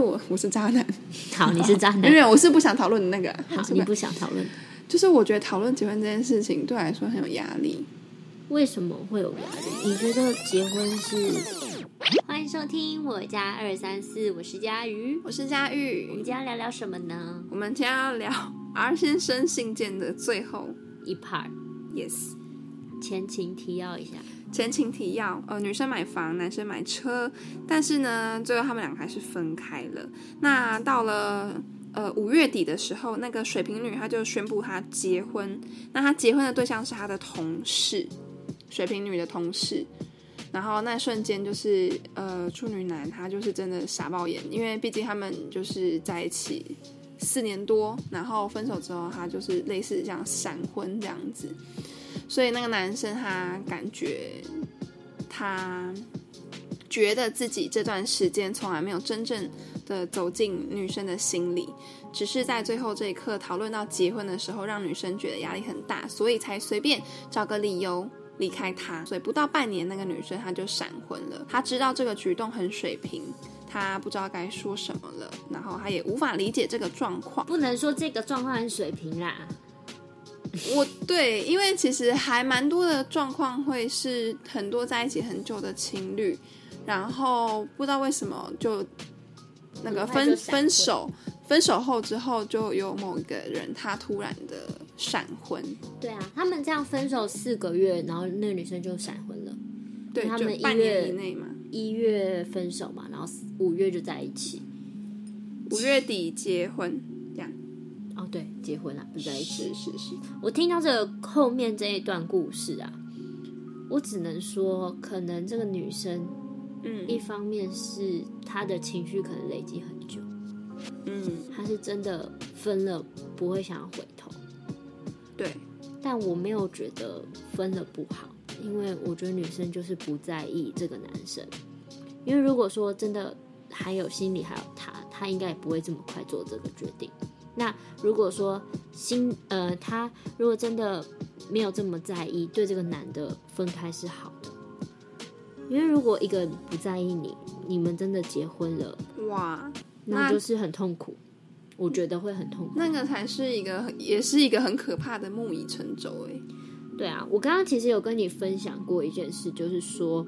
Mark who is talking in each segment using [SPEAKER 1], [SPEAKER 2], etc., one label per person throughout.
[SPEAKER 1] 我是渣男，
[SPEAKER 2] 好，你是渣
[SPEAKER 1] 没有
[SPEAKER 2] 男
[SPEAKER 1] 没，有，我是不想讨论你那个啊，
[SPEAKER 2] 好
[SPEAKER 1] 我，是
[SPEAKER 2] 你不想讨论，
[SPEAKER 1] 就是我觉得讨论结婚这件事情对我来说很有压力。
[SPEAKER 2] 为什么会有压力？你觉得结婚是？欢迎收听我家二三四，我是佳瑜。
[SPEAKER 1] 我是佳
[SPEAKER 2] 我们
[SPEAKER 1] 玉，
[SPEAKER 2] 今天要聊聊什么呢？
[SPEAKER 1] 我们今天要聊 R 先生信件的最后
[SPEAKER 2] 一 part
[SPEAKER 1] ，yes，
[SPEAKER 2] 前情提要一下，
[SPEAKER 1] 前情提要，呃，女生买房，男生买车，但是呢，最后他们两个还是分开了。那到了。呃，五月底的时候，那个水瓶女她就宣布她结婚。那她结婚的对象是她的同事，水瓶女的同事。然后那瞬间就是，呃，处女男他就是真的傻爆眼，因为毕竟他们就是在一起四年多，然后分手之后他就是类似这样闪婚这样子，所以那个男生他感觉他觉得自己这段时间从来没有真正的走进女生的心里，只是在最后这一刻讨论到结婚的时候，让女生觉得压力很大，所以才随便找个理由离开他。所以不到半年，那个女生她就闪婚了。她知道这个举动很水平，她不知道该说什么了，然后她也无法理解这个状况。
[SPEAKER 2] 不能说这个状况很水平啦，
[SPEAKER 1] 我对，因为其实还蛮多的状况会是很多在一起很久的情侣，然后不知道为什么就那个
[SPEAKER 2] 很快就
[SPEAKER 1] 分
[SPEAKER 2] 闪婚
[SPEAKER 1] 分手，分手后之后就有某一个人他突然的闪婚，
[SPEAKER 2] 对啊，他们这样分手四个月，然后那个女生就闪婚了，
[SPEAKER 1] 对，
[SPEAKER 2] 他
[SPEAKER 1] 就
[SPEAKER 2] 们一
[SPEAKER 1] 半
[SPEAKER 2] 月
[SPEAKER 1] 年以内嘛，
[SPEAKER 2] 一月分手嘛，然后四五月就在一起。
[SPEAKER 1] 五月底结婚，这样
[SPEAKER 2] 哦，对，结婚了，不在一起。
[SPEAKER 1] 是是是，
[SPEAKER 2] 我听到这个后面这一段故事啊，我只能说，可能这个女生一
[SPEAKER 1] 嗯
[SPEAKER 2] 方面是她的情绪可能累积很久，
[SPEAKER 1] 嗯，
[SPEAKER 2] 她是真的分了不会想要回头，
[SPEAKER 1] 对，
[SPEAKER 2] 但我没有觉得分了不好，因为我觉得女生就是不在意这个男生，因为如果说真的还有心里还有他，他应该也不会这么快做这个决定。那如果说心呃，他如果真的没有这么在意，对这个男的分开是好的，因为如果一个人不在意你，你们真的结婚了，
[SPEAKER 1] 哇，
[SPEAKER 2] 那
[SPEAKER 1] 那
[SPEAKER 2] 就是很痛苦，我觉得会很痛苦。
[SPEAKER 1] 那个才是一个，也是一个很可怕的木已成舟哎、
[SPEAKER 2] 对啊，我刚刚其实有跟你分享过一件事，就是说，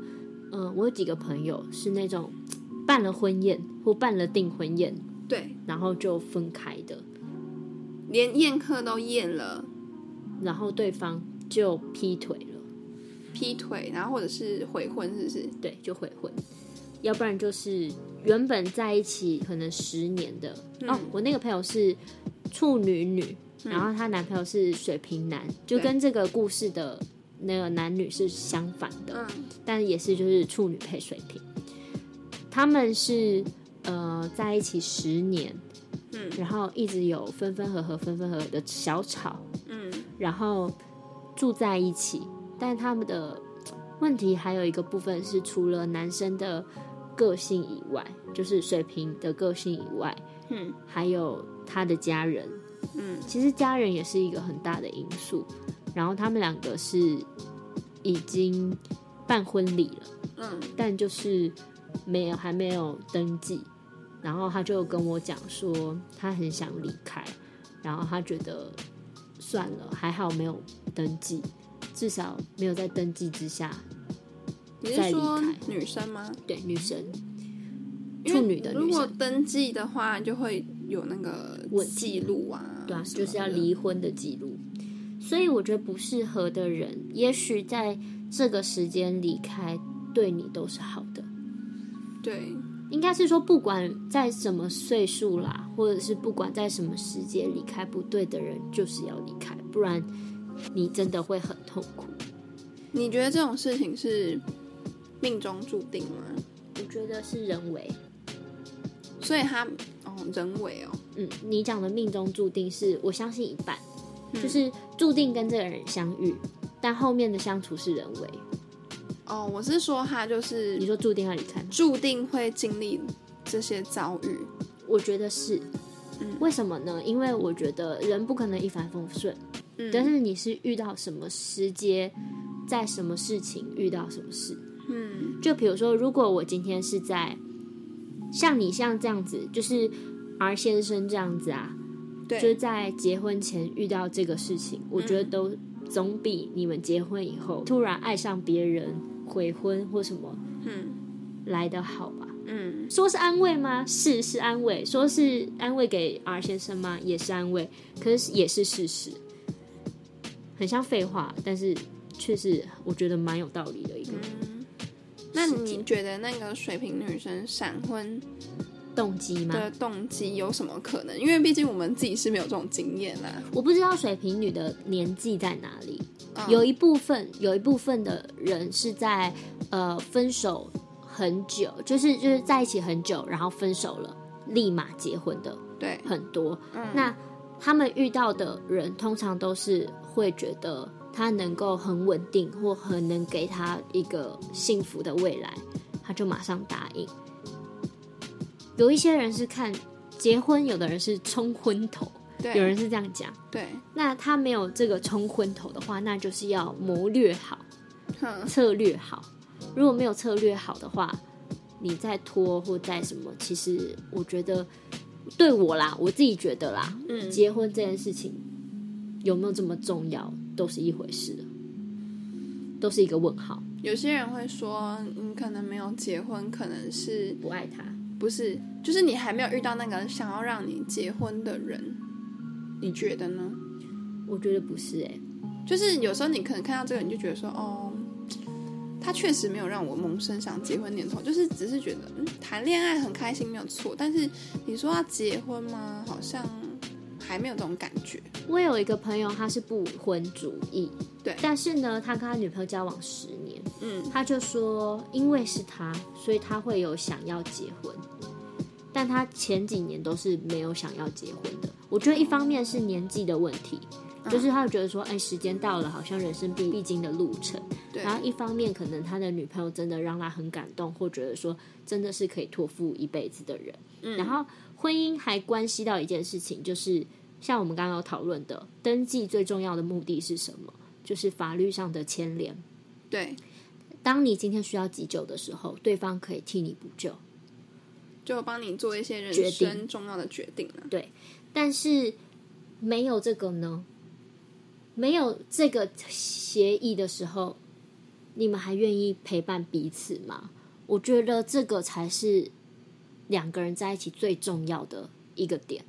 [SPEAKER 2] 嗯，我有几个朋友是那种嘖办了婚宴或办了订婚宴，
[SPEAKER 1] 对，
[SPEAKER 2] 然后就分开的，
[SPEAKER 1] 连宴客都宴了。
[SPEAKER 2] 然后对方就劈腿了，
[SPEAKER 1] 劈腿，然后或者是悔婚，是不是？
[SPEAKER 2] 对，就悔婚，要不然就是原本在一起可能十年的，
[SPEAKER 1] 嗯
[SPEAKER 2] 哦，我那个朋友是处女女，然后她男朋友是水瓶男，就
[SPEAKER 1] 对
[SPEAKER 2] 跟这个故事的那个男女是相反的，
[SPEAKER 1] 嗯，
[SPEAKER 2] 但也是就是处女配水瓶，他们是呃在一起十年，
[SPEAKER 1] 嗯，
[SPEAKER 2] 然后一直有分分合合、分分合合的小吵，
[SPEAKER 1] 嗯，
[SPEAKER 2] 然后住在一起，但他们的问题还有一个部分是，除了男生的个性以外，就是水瓶的个性以外，
[SPEAKER 1] 嗯，
[SPEAKER 2] 还有他的家人，
[SPEAKER 1] 嗯，
[SPEAKER 2] 其实家人也是一个很大的因素。然后他们两个是已经办婚礼了。
[SPEAKER 1] 嗯，
[SPEAKER 2] 但就是没有还没有登记，然后他就跟我讲说他很想离开，然后他觉得算了，还好没有登记，至少没有在登记之下，
[SPEAKER 1] 你
[SPEAKER 2] 再
[SPEAKER 1] 是
[SPEAKER 2] 离
[SPEAKER 1] 说
[SPEAKER 2] 开
[SPEAKER 1] 女生吗？
[SPEAKER 2] 对女生
[SPEAKER 1] 因
[SPEAKER 2] 处
[SPEAKER 1] 为
[SPEAKER 2] 女的
[SPEAKER 1] 如
[SPEAKER 2] 女
[SPEAKER 1] 果
[SPEAKER 2] 生，
[SPEAKER 1] 登记的话，就会有那个
[SPEAKER 2] 问题
[SPEAKER 1] 记录啊，
[SPEAKER 2] 对啊，
[SPEAKER 1] 什么
[SPEAKER 2] 就是要
[SPEAKER 1] 的。
[SPEAKER 2] 离婚的记录，所以我觉得不适合的人，也许在这个时间离开对你都是好的。
[SPEAKER 1] 对，
[SPEAKER 2] 应该是说，不管在什么岁数啦，或者是不管在什么时间离开不对的人，就是要离开，不然你真的会很痛苦。
[SPEAKER 1] 你觉得这种事情是命中注定吗？
[SPEAKER 2] 我觉得是人为，
[SPEAKER 1] 所以他哦，人为哦，
[SPEAKER 2] 嗯，你讲的命中注定是我相信一半，
[SPEAKER 1] 嗯
[SPEAKER 2] 就是注定跟这个人相遇，但后面的相处是人为。
[SPEAKER 1] 哦，我是说他就
[SPEAKER 2] 你
[SPEAKER 1] 是
[SPEAKER 2] 说注定要离开吗，
[SPEAKER 1] 注定会经历这些遭遇。
[SPEAKER 2] 我觉得是，
[SPEAKER 1] 嗯
[SPEAKER 2] 为什么呢？因为我觉得人不可能一帆风顺，
[SPEAKER 1] 嗯，
[SPEAKER 2] 但是你是遇到什么时节，在什么事情遇到什么事。
[SPEAKER 1] 嗯
[SPEAKER 2] 就比如说，如果我今天是在像你像这样子，就是 R 先生这样子啊，就是
[SPEAKER 1] 对，嗯
[SPEAKER 2] 在结婚前遇到这个事情，我觉得都总比你们结婚以后突然爱上别人、悔婚或什么
[SPEAKER 1] 嗯
[SPEAKER 2] 来的好吧。
[SPEAKER 1] 嗯，
[SPEAKER 2] 说是安慰吗？是是安慰，说是安慰给 R 先生吗？也是安慰，可是也是事实，很像废话，但是却是我觉得蛮有道理的一个
[SPEAKER 1] 嗯
[SPEAKER 2] 嗯
[SPEAKER 1] 那
[SPEAKER 2] 事
[SPEAKER 1] 你
[SPEAKER 2] 件
[SPEAKER 1] 觉得那个水瓶女生闪婚
[SPEAKER 2] 动机嘛。
[SPEAKER 1] 的动机有什么可能？因为毕竟我们自己是没有这种经验啊啦。
[SPEAKER 2] 我不知道水瓶女的年纪在哪里，
[SPEAKER 1] 嗯
[SPEAKER 2] 有一部分有一部分的人是在呃分手很久，就是就是在一起很久，然后分手了，立马结婚的
[SPEAKER 1] 对，
[SPEAKER 2] 很多。
[SPEAKER 1] 嗯
[SPEAKER 2] 那他们遇到的人通常都是会觉得他能够很稳定，或很能给他一个幸福的未来，他就马上答应。有一些人是看结婚，有的人是冲昏头，有
[SPEAKER 1] 对
[SPEAKER 2] 人是这样讲。
[SPEAKER 1] 对，
[SPEAKER 2] 那他没有这个冲昏头的话，那就是要谋略好、
[SPEAKER 1] 哼，
[SPEAKER 2] 策略好。如果没有策略好的话，你再拖或再什么，其实我觉得对我啦，我自己觉得啦，
[SPEAKER 1] 嗯
[SPEAKER 2] 结婚这件事情有没有这么重要，都是一回事，都是一个问号。
[SPEAKER 1] 有些人会说，你可能没有结婚，可能是
[SPEAKER 2] 不爱他，
[SPEAKER 1] 不是？就是你还没有遇到那个想要让你结婚的人，你觉得呢？
[SPEAKER 2] 我觉得不是哎、
[SPEAKER 1] 就是有时候你可能看到这个，你就觉得说，哦，他确实没有让我萌生想结婚念头，就是只是觉得，嗯，谈恋爱很开心没有错，但是你说要结婚吗？好像还没有这种感觉。
[SPEAKER 2] 我有一个朋友，他是不婚主义，
[SPEAKER 1] 对
[SPEAKER 2] 但是呢，他跟他女朋友交往十年，
[SPEAKER 1] 嗯
[SPEAKER 2] 他就说，因为是他，所以他会有想要结婚，但他前几年都是没有想要结婚的。我觉得一方面是年纪的问题，
[SPEAKER 1] 嗯
[SPEAKER 2] 就是他会觉得说，哎，时间到了，好像人生必必经的路程。
[SPEAKER 1] 对
[SPEAKER 2] 然后一方面可能他的女朋友真的让他很感动，或觉得说真的是可以托付一辈子的人。
[SPEAKER 1] 嗯
[SPEAKER 2] 然后婚姻还关系到一件事情，就是像我们刚刚有讨论的，登记最重要的目的是什么？就是法律上的牵连。
[SPEAKER 1] 对，
[SPEAKER 2] 当你今天需要急救的时候，对方可以替你补救。
[SPEAKER 1] 就帮你做一些人
[SPEAKER 2] 决定
[SPEAKER 1] 生重要的决定啊了。
[SPEAKER 2] 但是没有这个呢？没有这个协议的时候，你们还愿意陪伴彼此吗？我觉得这个才是两个人在一起最重要的一个点。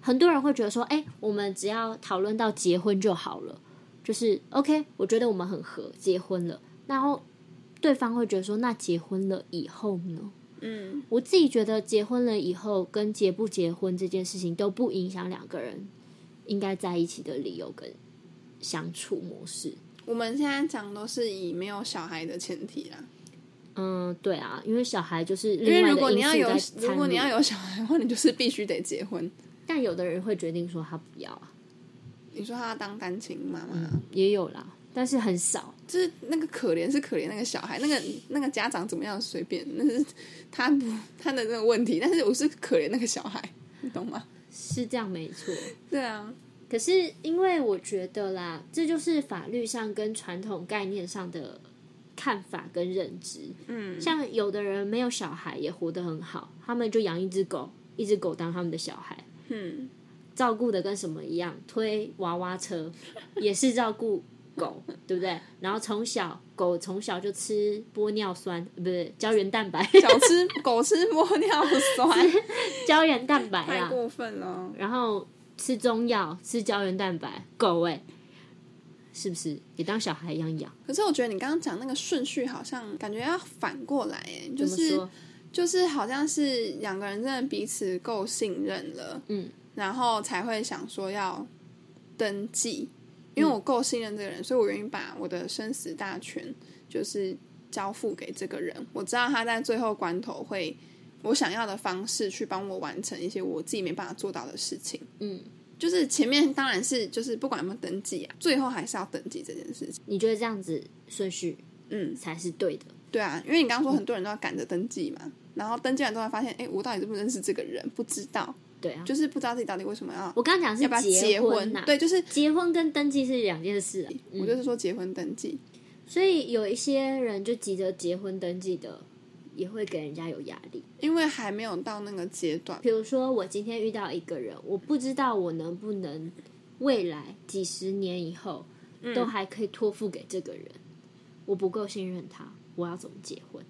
[SPEAKER 2] 很多人会觉得说：“哎、我们只要讨论到结婚就好了，就是 OK。”我觉得我们很合，结婚了。然后对方会觉得说：“那结婚了以后呢？”
[SPEAKER 1] 嗯，
[SPEAKER 2] 我自己觉得结婚了以后，跟结不结婚这件事情都不影响两个人应该在一起的理由跟相处模式。
[SPEAKER 1] 我们现在讲都是以没有小孩的前提啦，
[SPEAKER 2] 嗯，对啊，因为小孩就是
[SPEAKER 1] 因为
[SPEAKER 2] 另外
[SPEAKER 1] 如
[SPEAKER 2] 的
[SPEAKER 1] 果你
[SPEAKER 2] 因
[SPEAKER 1] 要
[SPEAKER 2] 素
[SPEAKER 1] 有
[SPEAKER 2] 在，
[SPEAKER 1] 如
[SPEAKER 2] 参
[SPEAKER 1] 果你要
[SPEAKER 2] 与，
[SPEAKER 1] 有小孩的话，你就是必须得结婚。
[SPEAKER 2] 但有的人会决定说他不要啊，
[SPEAKER 1] 你说他要当单亲妈妈，
[SPEAKER 2] 也有啦，但是很少。
[SPEAKER 1] 就是那个可怜是可怜那个小孩，那个那个家长怎么样随便，那是他不他的那个问题。但是我是可怜那个小孩，你懂吗？
[SPEAKER 2] 是这样没错，
[SPEAKER 1] 对啊，
[SPEAKER 2] 可是因为我觉得啦，这就是法律上跟传统概念上的看法跟认知。
[SPEAKER 1] 嗯，
[SPEAKER 2] 像有的人没有小孩也活得很好，他们就养一只狗，一只狗当他们的小孩，
[SPEAKER 1] 嗯，
[SPEAKER 2] 照顾的跟什么一样，推娃娃车 也是照顾狗，对不对？然后从小狗从小就吃玻尿酸，呃不是胶原蛋白，
[SPEAKER 1] 小吃狗吃玻尿酸，
[SPEAKER 2] 胶原蛋白啊
[SPEAKER 1] 太
[SPEAKER 2] 啦，
[SPEAKER 1] 过分了。
[SPEAKER 2] 然后吃中药，吃胶原蛋白，狗哎、是不是也当小孩一样养？
[SPEAKER 1] 可是我觉得你刚刚讲那个顺序好像感觉要反过来，哎，就
[SPEAKER 2] 怎么
[SPEAKER 1] 是
[SPEAKER 2] 说？
[SPEAKER 1] 就是好像是两个人真的彼此够信任了，
[SPEAKER 2] 嗯，
[SPEAKER 1] 然后才会想说要登记，因为我够信任这个人，所以我愿意把我的生死大权就是交付给这个人。我知道他在最后关头会我想要的方式去帮我完成一些我自己没办法做到的事情。
[SPEAKER 2] 嗯，
[SPEAKER 1] 就是前面当然是就是不管有没有登记啊，最后还是要登记这件事情。
[SPEAKER 2] 你觉得这样子顺序
[SPEAKER 1] 嗯，
[SPEAKER 2] 才是对的？
[SPEAKER 1] 对啊，因为你刚刚说很多人都要赶着登记嘛，然后登记完之后发现，哎，我到底认不认识这个人？不知道，
[SPEAKER 2] 对啊，
[SPEAKER 1] 就是不知道自己到底为什么要
[SPEAKER 2] 我刚刚讲的
[SPEAKER 1] 要不要
[SPEAKER 2] 是结
[SPEAKER 1] 婚
[SPEAKER 2] 呐、，
[SPEAKER 1] 对，就是
[SPEAKER 2] 结婚跟登记是两件事、啊，
[SPEAKER 1] 我就是说结婚登记，
[SPEAKER 2] 所以有一些人就急着结婚登记的，也会给人家有压力。
[SPEAKER 1] 因为还没有到那个阶段。
[SPEAKER 2] 比如说，我今天遇到一个人，我不知道我能不能未来几十年以后都还可以托付给这个人，我不够信任他，我要怎么结婚？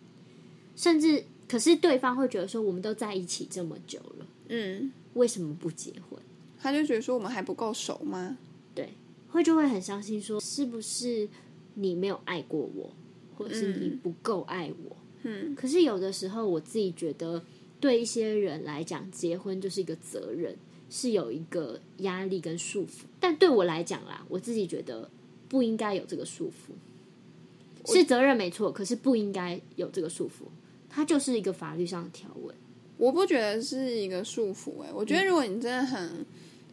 [SPEAKER 2] 甚至，可是对方会觉得说，我们都在一起这么久了，
[SPEAKER 1] 嗯，
[SPEAKER 2] 为什么不结婚？
[SPEAKER 1] 他就觉得说我们还不够熟吗？
[SPEAKER 2] 对，会就会很伤心说，是不是你没有爱过我，或者是你不够爱我？
[SPEAKER 1] 嗯，
[SPEAKER 2] 可是有的时候我自己觉得，对一些人来讲，结婚就是一个责任，是有一个压力跟束缚。但对我来讲啦，我自己觉得不应该有这个束缚，是责任没错，可是不应该有这个束缚，它就是一个法律上的条文。
[SPEAKER 1] 我不觉得是一个束缚、欸，哎，我觉得
[SPEAKER 2] 嗯
[SPEAKER 1] 如果你真的很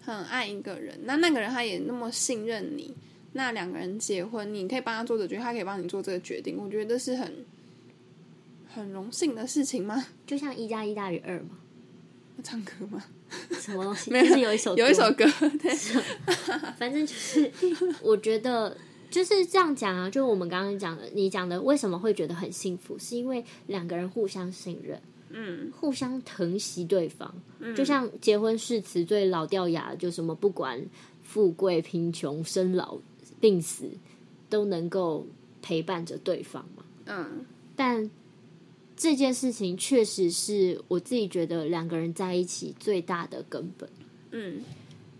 [SPEAKER 1] 很爱一个人，那那个人他也那么信任你，那两个人结婚，你可以帮他做这个决定，他可以帮你做这个决定，我觉得是很很荣幸的事情吗？
[SPEAKER 2] 就像一加一大于二嘛，
[SPEAKER 1] 要唱歌吗？
[SPEAKER 2] 什么东 西？
[SPEAKER 1] 没有
[SPEAKER 2] 就是有一首
[SPEAKER 1] 有一
[SPEAKER 2] 歌
[SPEAKER 1] 首歌， 对，
[SPEAKER 2] 反正就是， 我觉得就是这样讲啊。就我们刚刚讲的，你讲的为什么会觉得很幸福，是因为两个人互相信任，嗯，互相疼惜对方。就像结婚誓词最老掉牙的，就什么不管富贵贫穷、生老病死，都能够陪伴着对方嘛。
[SPEAKER 1] 嗯，
[SPEAKER 2] 但这件事情确实是我自己觉得两个人在一起最大的根本。
[SPEAKER 1] 嗯，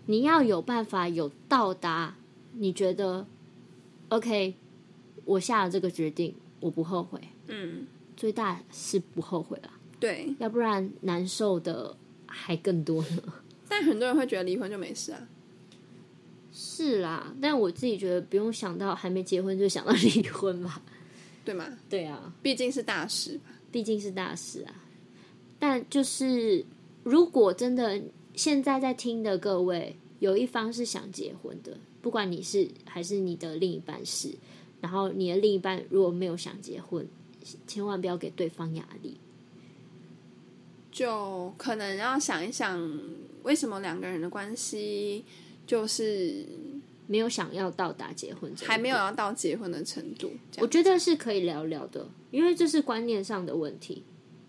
[SPEAKER 2] 你要有办法有到达，你觉得 OK，我下了这个决定，我不后悔。
[SPEAKER 1] 嗯，
[SPEAKER 2] 最大是不后悔啦，
[SPEAKER 1] 对。
[SPEAKER 2] 要不然难受的还更多呢。
[SPEAKER 1] 但很多人会觉得离婚就没事啊，
[SPEAKER 2] 是啦，但我自己觉得不用想到还没结婚就想到离婚吧。
[SPEAKER 1] 对吗？
[SPEAKER 2] 对啊，
[SPEAKER 1] 毕竟是大事吧。
[SPEAKER 2] 毕竟是大事啊。但就是，如果真的现在在听的各位，有一方是想结婚的，不管你是还是你的另一半是，然后你的另一半如果没有想结婚，千万不要给对方压力。
[SPEAKER 1] 就可能要想一想，为什么两个人的关系就是
[SPEAKER 2] 没有想要到达结婚这一步，
[SPEAKER 1] 还没有要到结婚的程度？这
[SPEAKER 2] 我
[SPEAKER 1] 样
[SPEAKER 2] 觉得是可以聊聊的，因为这是观念上的问题，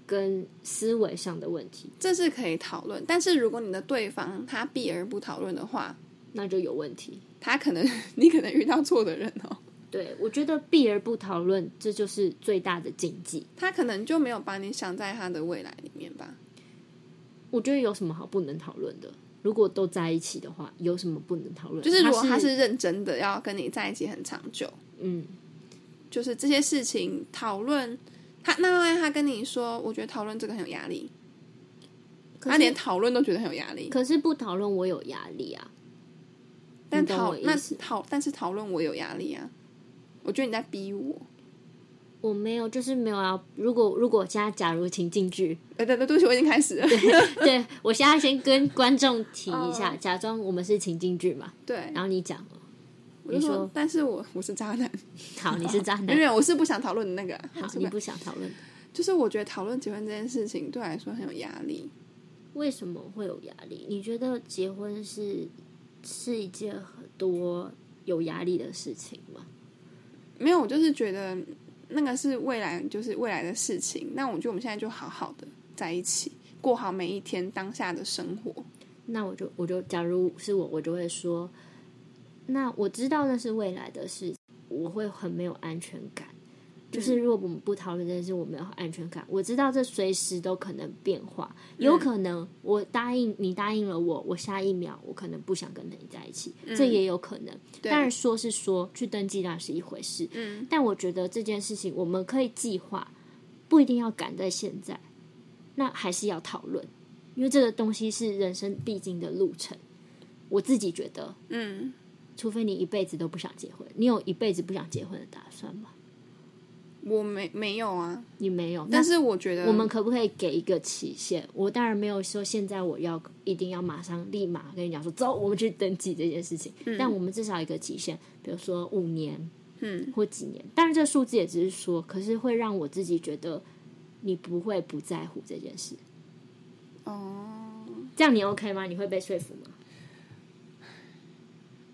[SPEAKER 2] 跟思维上的问题，
[SPEAKER 1] 这是可以讨论。但是如果你的对方他避而不讨论的话，
[SPEAKER 2] 那就有问题。
[SPEAKER 1] 他可能 你可能遇到错的人哦，
[SPEAKER 2] 对我觉得避而不讨论，这就是最大的禁忌。
[SPEAKER 1] 他可能就没有把你想在他的未来里面吧。
[SPEAKER 2] 我觉得有什么好不能讨论的？如果都在一起的话，有什么不能讨论？
[SPEAKER 1] 就是如果他
[SPEAKER 2] 他
[SPEAKER 1] 是认真的要跟你在一起很长久，
[SPEAKER 2] 嗯，
[SPEAKER 1] 就是这些事情讨论，他那万一他跟你说，我觉得讨论这个很有压力，
[SPEAKER 2] 可
[SPEAKER 1] 他
[SPEAKER 2] 是
[SPEAKER 1] 连讨论都觉得很有压力。
[SPEAKER 2] 可是不讨论我有压力啊。
[SPEAKER 1] 但
[SPEAKER 2] 你懂
[SPEAKER 1] 讨
[SPEAKER 2] 我意
[SPEAKER 1] 那
[SPEAKER 2] 思
[SPEAKER 1] 讨但是讨论我有压力啊，我觉得你在逼我。
[SPEAKER 2] 我没有，就是没有啊。如果如果现在假如情境剧，
[SPEAKER 1] 哎，对对，对不起，我已经开始了。
[SPEAKER 2] 对我现在先跟观众提一下，
[SPEAKER 1] 哦
[SPEAKER 2] 假装我们是情境剧嘛，
[SPEAKER 1] 对，
[SPEAKER 2] 然后你讲，哦
[SPEAKER 1] 我就
[SPEAKER 2] 你
[SPEAKER 1] 说
[SPEAKER 2] 说，
[SPEAKER 1] 但是我我是渣男，
[SPEAKER 2] 好，你是渣
[SPEAKER 1] 没有，
[SPEAKER 2] 男，
[SPEAKER 1] 没有我是不想讨论那个啊，
[SPEAKER 2] 好
[SPEAKER 1] 我，是
[SPEAKER 2] 你
[SPEAKER 1] 不
[SPEAKER 2] 不想讨论，
[SPEAKER 1] 就是我觉得讨论结婚这件事情对我来说很有压力。
[SPEAKER 2] 为什么会有压力？你觉得结婚是是一件很多有压力的事情吗？
[SPEAKER 1] 没有，我就是觉得那个是未来，就是未来的事情。那我觉得我们现在就好好的在一起，过好每一天当下的生活。
[SPEAKER 2] 那我就我就，假如是我，我就会说，那我知道那是未来的事，我会很没有安全感。就是如果我们不讨论这件事，我没有安全感。我知道这随时都可能变化，有可能我答应你答应了我，我下一秒我可能不想跟你在一起，这也有可能。当然说是说去登记那是一回事，
[SPEAKER 1] 嗯，
[SPEAKER 2] 但我觉得这件事情我们可以计划，不一定要赶在现在，那还是要讨论，因为这个东西是人生必经的路程。我自己觉得，
[SPEAKER 1] 嗯，
[SPEAKER 2] 除非你一辈子都不想结婚，你有一辈子不想结婚的打算吗？
[SPEAKER 1] 我没没有啊，
[SPEAKER 2] 你没有，
[SPEAKER 1] 但是我觉得
[SPEAKER 2] 那我们可不可以给一个期限？我当然没有说现在我要一定要马上立马跟你讲说走，我们去登记这件事情，但我们至少有一个期限，比如说五年，
[SPEAKER 1] 嗯，
[SPEAKER 2] 或几年。当然，这数字也只是说，可是会让我自己觉得你不会不在乎这件事。
[SPEAKER 1] 哦，
[SPEAKER 2] 这样你 OK 吗？你会被说服吗？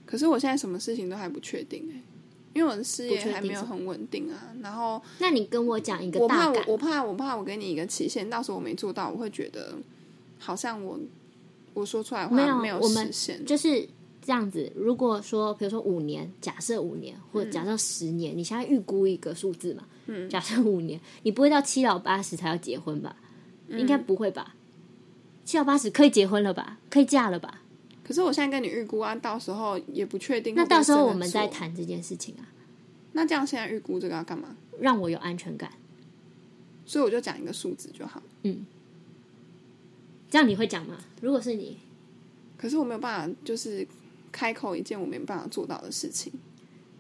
[SPEAKER 1] 可是我现在什么事情都还不确定哎、因为我的事业
[SPEAKER 2] 不确定
[SPEAKER 1] 还没有
[SPEAKER 2] 什么
[SPEAKER 1] 很稳定啊。然后
[SPEAKER 2] 那你跟我讲一个
[SPEAKER 1] 我
[SPEAKER 2] 大
[SPEAKER 1] 怕
[SPEAKER 2] 概
[SPEAKER 1] 我，我怕我怕我给你一个期限，到时候我没做到，我会觉得好像我我说出来的
[SPEAKER 2] 没有
[SPEAKER 1] 话没有
[SPEAKER 2] 我们
[SPEAKER 1] 实现。
[SPEAKER 2] 就是这样子。如果说，比如说五年，假设五年，
[SPEAKER 1] 嗯
[SPEAKER 2] 或者假设十年，你现在预估一个数字嘛？嗯，假设五年，你不会到七老八十才要结婚吧？
[SPEAKER 1] 嗯
[SPEAKER 2] 应该不会吧？七老八十可以结婚了吧？可以嫁了吧？
[SPEAKER 1] 可是我现在跟你预估啊，到时候也不确定。
[SPEAKER 2] 那到时候我们再。谈这件事情啊，
[SPEAKER 1] 那这样现在预估这个要干嘛？
[SPEAKER 2] 让我有安全感，
[SPEAKER 1] 所以我就讲一个数字就好。
[SPEAKER 2] 这样你会讲吗？如果是你，
[SPEAKER 1] 可是我没有办法，就是开口一件我没办法做到的事情。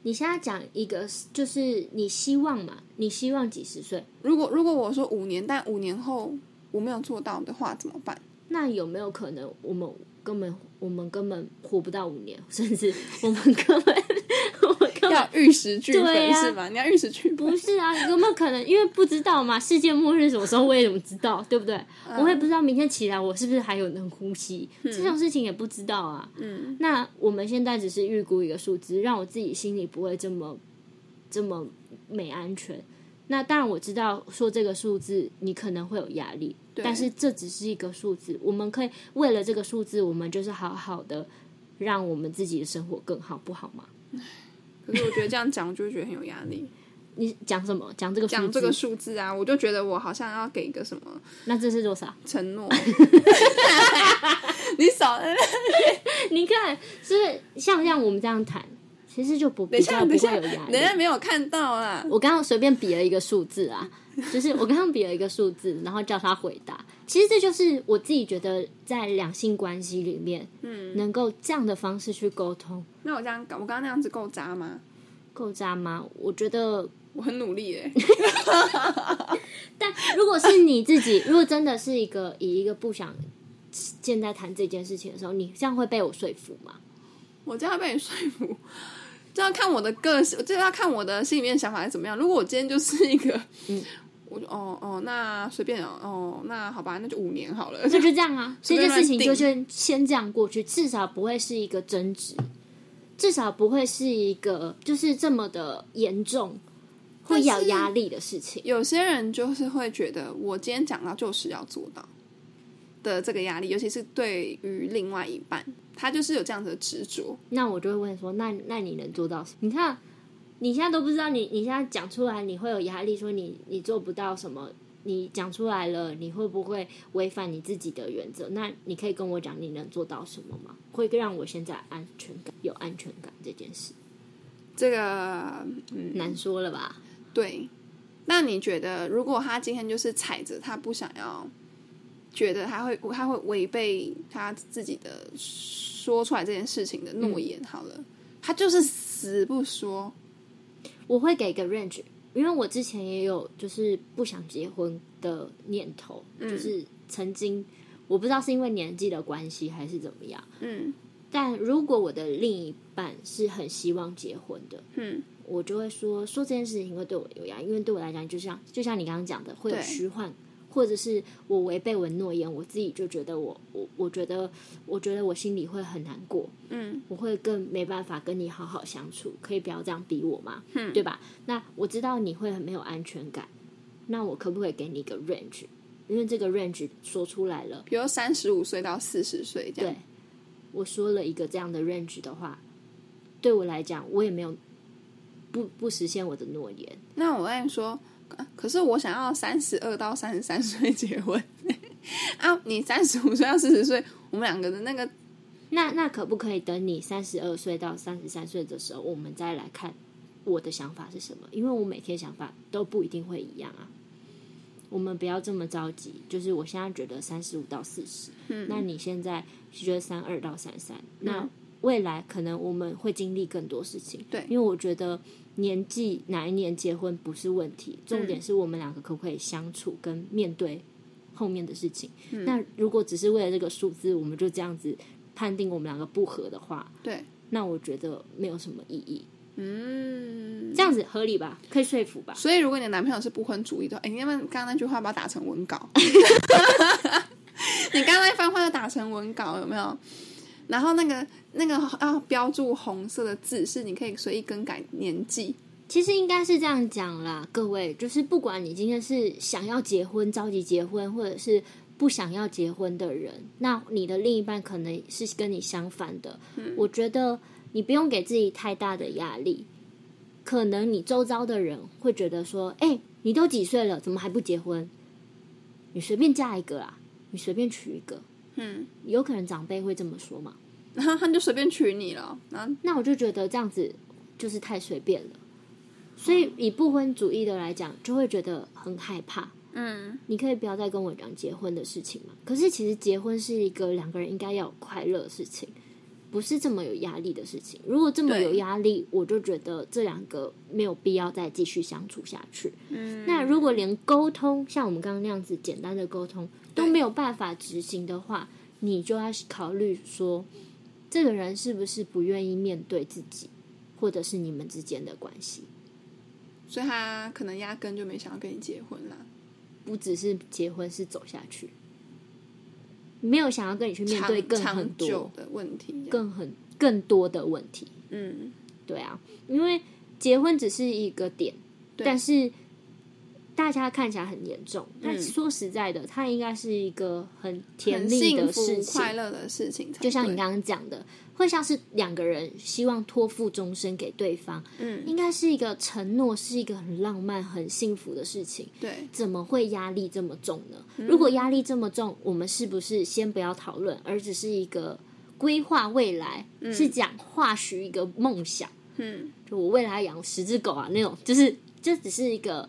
[SPEAKER 2] 你现在讲一个，就是你希望嘛？你希望几十岁？
[SPEAKER 1] 如果如果我说五年，但五年后我没有做到的话，怎么 办？
[SPEAKER 2] 那有没有可能我们根本我们根本活不到五年，甚至我们根本 我们根本
[SPEAKER 1] 要玉石俱
[SPEAKER 2] 对
[SPEAKER 1] 焚、
[SPEAKER 2] 啊
[SPEAKER 1] 是吧？你要玉石俱焚
[SPEAKER 2] 不，是啊？有没有可能？因为不知道嘛，世界末日什么时候我也怎么知道，对不对？
[SPEAKER 1] 嗯
[SPEAKER 2] 我也不知道明天起来我是不是还有能呼吸，这种事情也不知道啊。嗯，那我们现在只是预估一个数值，让我自己心里不会这么这么没安全。那当然我知道说这个数字你可能会有压力，
[SPEAKER 1] 对
[SPEAKER 2] 但是这只是一个数字，我们可以为了这个数字，我们就是好好的让我们自己的生活更好，不好吗？
[SPEAKER 1] 可是我觉得这样讲，我就会觉得很有压力。
[SPEAKER 2] 你讲什么？讲这个数
[SPEAKER 1] 讲
[SPEAKER 2] 字？
[SPEAKER 1] 这个数字啊，我就觉得我好像要给一个什么
[SPEAKER 2] 那这是多少？
[SPEAKER 1] 承诺。 你 少
[SPEAKER 2] 你看，是不是像像我们这样谈，其实就不
[SPEAKER 1] 等
[SPEAKER 2] 比
[SPEAKER 1] 一下，
[SPEAKER 2] 较
[SPEAKER 1] 等
[SPEAKER 2] 不
[SPEAKER 1] 一
[SPEAKER 2] 会
[SPEAKER 1] 下，
[SPEAKER 2] 有压
[SPEAKER 1] 人
[SPEAKER 2] 力。
[SPEAKER 1] 家没有看到啊啦。
[SPEAKER 2] 我刚刚随便比了一个数字啊，就是我刚刚比了一个数字，然后叫他回答。其实这就是我自己觉得在两性关系里面，嗯，能够这样的方式去沟通，
[SPEAKER 1] 那我这样搞，我刚刚那样子够渣吗？
[SPEAKER 2] 够渣吗？我觉得
[SPEAKER 1] 我很努力耶、
[SPEAKER 2] 但如果是你自己， 如果真的是一个以一个不想现在谈这件事情的时候，你这样会被我说服吗？
[SPEAKER 1] 我这样被你说服，这要看我的个性，这要看我的心里面的想法是怎么样。如果我今天就是一个，
[SPEAKER 2] 嗯
[SPEAKER 1] 我就哦哦，那随便哦哦，那好吧，那就五年好了。
[SPEAKER 2] 那就这样啊，这
[SPEAKER 1] 随便
[SPEAKER 2] 件
[SPEAKER 1] 乱
[SPEAKER 2] 事情就
[SPEAKER 1] 定
[SPEAKER 2] 先先这样过去，至少不会是一个争执，至少不会是一个就是这么的严重，会
[SPEAKER 1] 但是
[SPEAKER 2] 有压力的事情。
[SPEAKER 1] 有些人就是会觉得，我今天讲到就是要做到的这个压力，尤其是对于另外一半，他就是有这样子的执着。
[SPEAKER 2] 那我就会问说，那那你能做到什么？你看，你现在都不知道你，你现在讲出来，你会有压力，说你你做不到什么，你讲出来了，你会不会违反你自己的原则？那你可以跟我讲，你能做到什么吗？会让我现在安全感有安全感这件事，
[SPEAKER 1] 这个
[SPEAKER 2] 难说了吧？
[SPEAKER 1] 对，那你觉得，如果他今天就是踩着他不想要，觉得他会他会违背他自己的说出来这件事情的诺言，好了，他就是死不说，
[SPEAKER 2] 我会给一个 range，因为我之前也有就是不想结婚的念头，
[SPEAKER 1] 嗯
[SPEAKER 2] 就是曾经我不知道是因为年纪的关系还是怎么样，
[SPEAKER 1] 嗯
[SPEAKER 2] 但如果我的另一半是很希望结婚的，
[SPEAKER 1] 嗯，
[SPEAKER 2] 我就会说说这件事情会对我有压力，因为对我来讲，就像就像你刚刚讲的，会有
[SPEAKER 1] 对
[SPEAKER 2] 虚幻，或者是我违背我的诺言，我自己就觉得我我我觉得我觉得我心里会很难过，
[SPEAKER 1] 嗯，
[SPEAKER 2] 我会更没办法跟你好好相处，可以不要这样逼我吗？嗯，对吧？那我知道你会很没有安全感，那我可不可以给你一个 range？因为这个 range 说出来了，
[SPEAKER 1] 比如三十五岁到四十岁这样
[SPEAKER 2] 对，我说了一个这样的 range 的话，对我来讲，我也没有不不实现我的诺言。
[SPEAKER 1] 那我跟你说。啊可是我想要三十二到三十三岁结婚 啊！你三十五岁到四十岁，我们两个的那个
[SPEAKER 2] 那那可不可以等你三十二岁到三十三岁的时候，我们再来看我的想法是什么？因为我每天想法都不一定会一样啊。我们不要这么着急，就是我现在觉得三十五到四十、
[SPEAKER 1] 嗯
[SPEAKER 2] 那你现在是觉得三二到三三、那未来可能我们会经历更多事情。
[SPEAKER 1] 对
[SPEAKER 2] 因为我觉得年纪哪一年结婚不是问题，重点是我们两个可不可以相处跟面对后面的事情。
[SPEAKER 1] 嗯
[SPEAKER 2] 那如果只是为了这个数字，我们就这样子判定我们两个不合的话，
[SPEAKER 1] 对，
[SPEAKER 2] 那我觉得没有什么意义。
[SPEAKER 1] 嗯，
[SPEAKER 2] 这样子合理吧？可以说服吧？
[SPEAKER 1] 所以，如果你的男朋友是不婚主义的话，哎、你要不然刚刚那句话把它打成 文稿？你刚刚那番话就打成文稿，有没有？然后那个那个要标注红色的字是你可以随意更改年纪，
[SPEAKER 2] 其实应该是这样讲啦，各位，就是不管你今天是想要结婚、着急结婚，或者是不想要结婚的人，那你的另一半可能是跟你相反的。我觉得你不用给自己太大的压力，可能你周遭的人会觉得说：“哎、你都几岁了，怎么还不结婚？你随便嫁一个啦，你随便娶一个。”
[SPEAKER 1] 嗯，
[SPEAKER 2] 有可能长辈会这么说嘛？
[SPEAKER 1] 然后他就随便娶你了，然后
[SPEAKER 2] 那我就觉得这样子就是太随便了。所以以不婚主义的来讲，就会觉得很害怕。
[SPEAKER 1] 嗯
[SPEAKER 2] 你可以不要再跟我讲结婚的事情嘛？可是其实结婚是一个两个人应该要有快乐的事情，不是这么有压力的事情。如果这么
[SPEAKER 1] 对
[SPEAKER 2] 有压力，我就觉得这两个没有必要再继续相处下去。
[SPEAKER 1] 嗯，
[SPEAKER 2] 那如果连沟通，像我们刚刚那样子简单的沟通都没有办法执行的话，你就要考虑说，这个人是不是不愿意面对自己，或者是你们之间的关系，
[SPEAKER 1] 所以他可能压根就没想要跟你结婚啦，
[SPEAKER 2] 不只是结婚是走下去，没有想要跟你去面对
[SPEAKER 1] 长
[SPEAKER 2] 更很
[SPEAKER 1] 长久
[SPEAKER 2] 多、
[SPEAKER 1] 的问题，
[SPEAKER 2] 更很更多的问题。
[SPEAKER 1] 嗯，
[SPEAKER 2] 对啊，因为结婚只是一个点，
[SPEAKER 1] 对
[SPEAKER 2] 但是大家看起来很严重，但
[SPEAKER 1] 嗯
[SPEAKER 2] 说实在的，它应该是一个很甜
[SPEAKER 1] 很
[SPEAKER 2] 蜜
[SPEAKER 1] 幸
[SPEAKER 2] 的事
[SPEAKER 1] 福
[SPEAKER 2] 情。
[SPEAKER 1] 快乐的事情才对，
[SPEAKER 2] 就像你刚刚讲的，会像是两个人希望托付终身给对方，
[SPEAKER 1] 嗯
[SPEAKER 2] 应该是一个承诺，是一个很浪漫、很幸福的事情。
[SPEAKER 1] 对嗯
[SPEAKER 2] 怎么会压力这么重呢？如果压力这么重，我们是不是先不要讨论，而只是一个规划未来，是讲化许一个梦想？
[SPEAKER 1] 嗯
[SPEAKER 2] 就我未来要养十只狗啊那种，就是这只是一个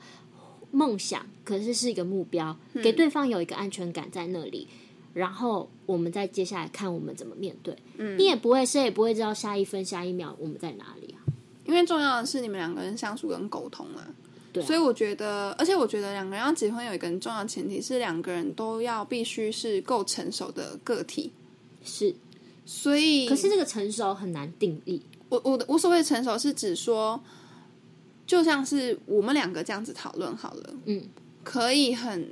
[SPEAKER 2] 梦想，可是是一个目标，
[SPEAKER 1] 嗯
[SPEAKER 2] 给对方有一个安全感在那里。然后我们再接下来看我们怎么面对，
[SPEAKER 1] 嗯
[SPEAKER 2] 你也不会，谁也不会知道下一分下一秒我们在哪里啊。
[SPEAKER 1] 因为重要的是你们两个人相处跟沟通啦。
[SPEAKER 2] 对啊
[SPEAKER 1] 所以我觉得，而且我觉得两个人要结婚有一个很重要的前提是两个人都要必须是够成熟的个体。
[SPEAKER 2] 是，
[SPEAKER 1] 所以，
[SPEAKER 2] 可是这个成熟很难定义，
[SPEAKER 1] 我我的我所谓的成熟是指说，就像是我们两个这样子讨论好了，
[SPEAKER 2] 嗯，
[SPEAKER 1] 可以很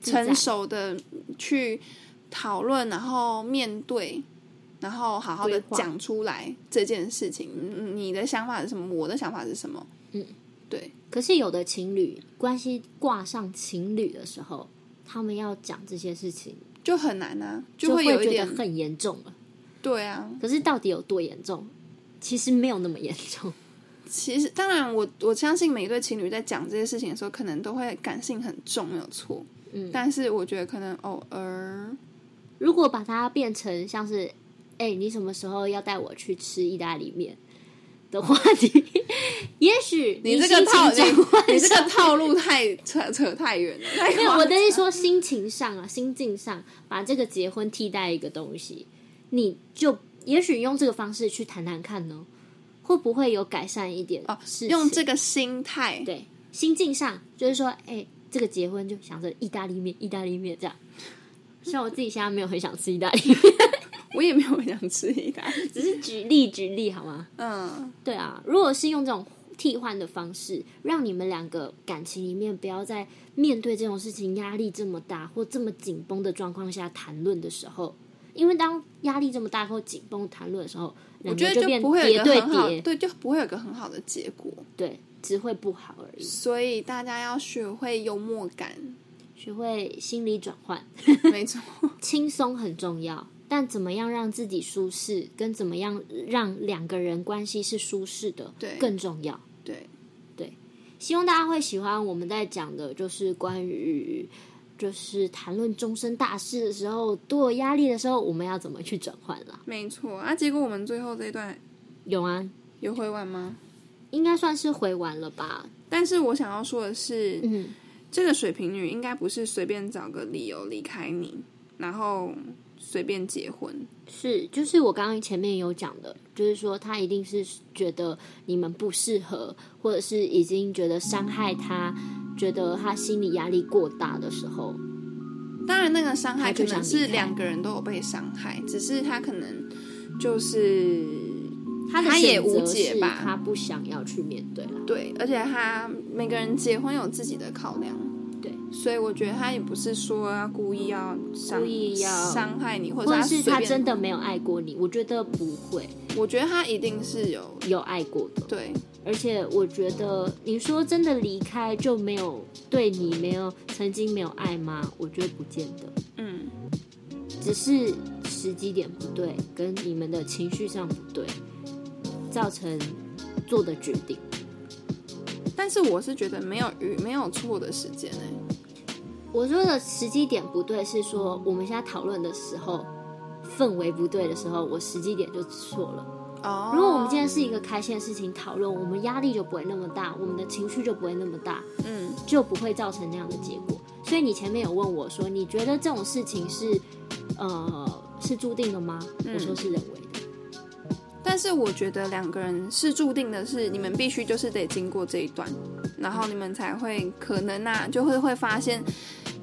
[SPEAKER 2] 自在
[SPEAKER 1] 成熟的去讨论，然后面对，然后好好的
[SPEAKER 2] 规划
[SPEAKER 1] 讲出来这件事情。嗯你的想法是什么？我的想法是什么？
[SPEAKER 2] 嗯，
[SPEAKER 1] 对，
[SPEAKER 2] 可是有的情侣关系挂上情侣的时候，他们要讲这些事情，
[SPEAKER 1] 就很难啊，
[SPEAKER 2] 就
[SPEAKER 1] 会
[SPEAKER 2] 会
[SPEAKER 1] 有一
[SPEAKER 2] 觉得
[SPEAKER 1] 点
[SPEAKER 2] 很严重了。
[SPEAKER 1] 对啊，
[SPEAKER 2] 可是到底有多严重？其实没有那么严重。
[SPEAKER 1] 其实，当然我，我相信每一对情侣在讲这些事情的时候，可能都会感性很重，没有错。
[SPEAKER 2] 嗯
[SPEAKER 1] 但是我觉得可能哦偶尔，
[SPEAKER 2] 如果把它变成像是，哎、你什么时候要带我去吃意大利面的话题， 也许
[SPEAKER 1] 你这
[SPEAKER 2] 心
[SPEAKER 1] 个
[SPEAKER 2] 情
[SPEAKER 1] 套，
[SPEAKER 2] 转换
[SPEAKER 1] 你你这
[SPEAKER 2] 上
[SPEAKER 1] 个套 路太扯扯太远了。 太
[SPEAKER 2] 没有，我的意思
[SPEAKER 1] 夸
[SPEAKER 2] 说心情上啊，心境上，把这个结婚替代一个东西，你就也许用这个方式去谈谈看呢，会不会有改善一点
[SPEAKER 1] 哦
[SPEAKER 2] 事情？
[SPEAKER 1] 用这个心态，
[SPEAKER 2] 对心境上，就是说，哎、这个结婚就想着意大利面，意大利面这样。虽然我自己现在没有很想吃意大利面，
[SPEAKER 1] 我也没有很想吃意大利。
[SPEAKER 2] 只是举例举例好吗？
[SPEAKER 1] 嗯，
[SPEAKER 2] 对啊，如果是用这种替换的方式，让你们两个感情里面不要在面对这种事情压力这么大或这么紧绷的状况下谈论的时候，因为当压力这么大或紧绷谈论的时候，我
[SPEAKER 1] 我觉得
[SPEAKER 2] 就
[SPEAKER 1] 就
[SPEAKER 2] 变
[SPEAKER 1] 不会有一
[SPEAKER 2] 叠
[SPEAKER 1] 个
[SPEAKER 2] 对
[SPEAKER 1] 很好，
[SPEAKER 2] 叠，
[SPEAKER 1] 对，就不会有一个很好的结果。
[SPEAKER 2] 对，只会不好而已。
[SPEAKER 1] 所以大家要学会幽默 感，
[SPEAKER 2] 学会心理转换，
[SPEAKER 1] 没错，
[SPEAKER 2] 轻松很重要。但怎么样让自己舒适，跟怎么样让两个人关系是舒适的，
[SPEAKER 1] 对
[SPEAKER 2] 更重要。
[SPEAKER 1] 对，
[SPEAKER 2] 希望大家会喜欢我们在讲的，就是关于就是谈论终身大事的时候，多有压力的时候，我们要怎么去转换啦？
[SPEAKER 1] 没错。啊，结果我们最后这一段
[SPEAKER 2] 有啊，
[SPEAKER 1] 有会玩吗？
[SPEAKER 2] 应该算是回完了吧？
[SPEAKER 1] 但是我想要说的是，
[SPEAKER 2] 嗯，
[SPEAKER 1] 这个水瓶女应该不是随便找个理由离开你，然后随便结婚。
[SPEAKER 2] 是，就是我刚刚前面有讲的，就是说他一定是觉得你们不适合，或者是已经觉得伤害他，觉得他心理压力过大的时候，
[SPEAKER 1] 当然，那个伤害
[SPEAKER 2] 她就
[SPEAKER 1] 可
[SPEAKER 2] 想
[SPEAKER 1] 能
[SPEAKER 2] 离
[SPEAKER 1] 是
[SPEAKER 2] 开
[SPEAKER 1] 两个人都有被伤害，只是她可能就是
[SPEAKER 2] 他的
[SPEAKER 1] 他也
[SPEAKER 2] 选择
[SPEAKER 1] 无解
[SPEAKER 2] 是
[SPEAKER 1] 吧
[SPEAKER 2] 他不想要去面对啦。啊
[SPEAKER 1] 对，而且她每个人结婚有自己的考量。
[SPEAKER 2] 对，
[SPEAKER 1] 所以我觉得他也不是说要故意要伤
[SPEAKER 2] 故意要
[SPEAKER 1] 伤害你，或
[SPEAKER 2] 或
[SPEAKER 1] 者
[SPEAKER 2] 者
[SPEAKER 1] 随
[SPEAKER 2] 是
[SPEAKER 1] 便
[SPEAKER 2] 他真的没有爱过你，我觉得不会
[SPEAKER 1] 我觉得他一定是有
[SPEAKER 2] 有爱过的。
[SPEAKER 1] 对
[SPEAKER 2] 而且我觉得你说真的离开就没有对你没有曾经没有爱吗？我觉得不见得，
[SPEAKER 1] 嗯
[SPEAKER 2] 只是时机点不对，跟你们的情绪上不对，造成做的决定。
[SPEAKER 1] 但是我是觉得没有与没有错的时间哎、
[SPEAKER 2] 我说的时机点不对，是说我们现在讨论的时候氛围不对的时候，我时机点就错了。
[SPEAKER 1] 哦，
[SPEAKER 2] 如果我们今天是一个开心的事情讨论，我们压力就不会那么大，我们的情绪就不会那么大，
[SPEAKER 1] 嗯
[SPEAKER 2] 就不会造成那样的结果。所以你前面有问我说，你觉得这种事情是呃是注定的吗？我说是认为的。
[SPEAKER 1] 但是我觉得两个人是注定的是，你们必须就是得经过这一段，然后你们才会可能啊，就会会发现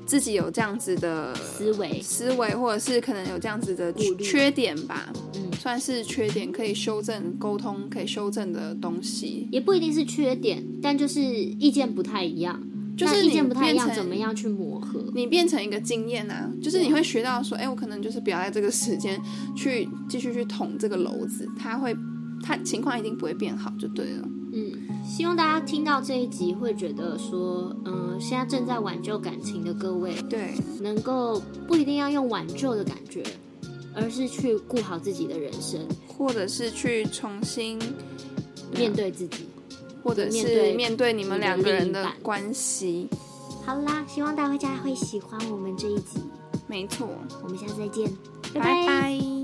[SPEAKER 1] 自己有这样子的
[SPEAKER 2] 思维
[SPEAKER 1] 思维，或者是可能有这样子的
[SPEAKER 2] 顾虑
[SPEAKER 1] 缺点吧，
[SPEAKER 2] 嗯
[SPEAKER 1] 算是缺点可以修正、沟通可以修正的东西，
[SPEAKER 2] 也不一定是缺点，但就是意见不太一样。
[SPEAKER 1] 就是
[SPEAKER 2] 那
[SPEAKER 1] 你
[SPEAKER 2] 意见不太一
[SPEAKER 1] 变
[SPEAKER 2] 样，
[SPEAKER 1] 成
[SPEAKER 2] 怎么样去磨合？
[SPEAKER 1] 你变成一个经验啊，就是你
[SPEAKER 2] 对
[SPEAKER 1] 会学到说，哎、我可能就是不要在这个时间去继续去捅这个篓子，它会，它情况一定不会变好，就对了。
[SPEAKER 2] 嗯，希望大家听到这一集会觉得说，嗯、现在正在挽救感情的各位，
[SPEAKER 1] 对，
[SPEAKER 2] 能够不一定要用挽救的感觉，而是去顾好自己的人生，
[SPEAKER 1] 或者是去重新，
[SPEAKER 2] 面对自己。
[SPEAKER 1] 或者
[SPEAKER 2] 面
[SPEAKER 1] 是
[SPEAKER 2] 对
[SPEAKER 1] 面对你们
[SPEAKER 2] 你的
[SPEAKER 1] 两个
[SPEAKER 2] 另
[SPEAKER 1] 人
[SPEAKER 2] 一
[SPEAKER 1] 的
[SPEAKER 2] 半
[SPEAKER 1] 关系，
[SPEAKER 2] 好啦，希望大家会喜欢我们这一集，
[SPEAKER 1] 没错，
[SPEAKER 2] 我们下次再见，拜
[SPEAKER 1] 拜拜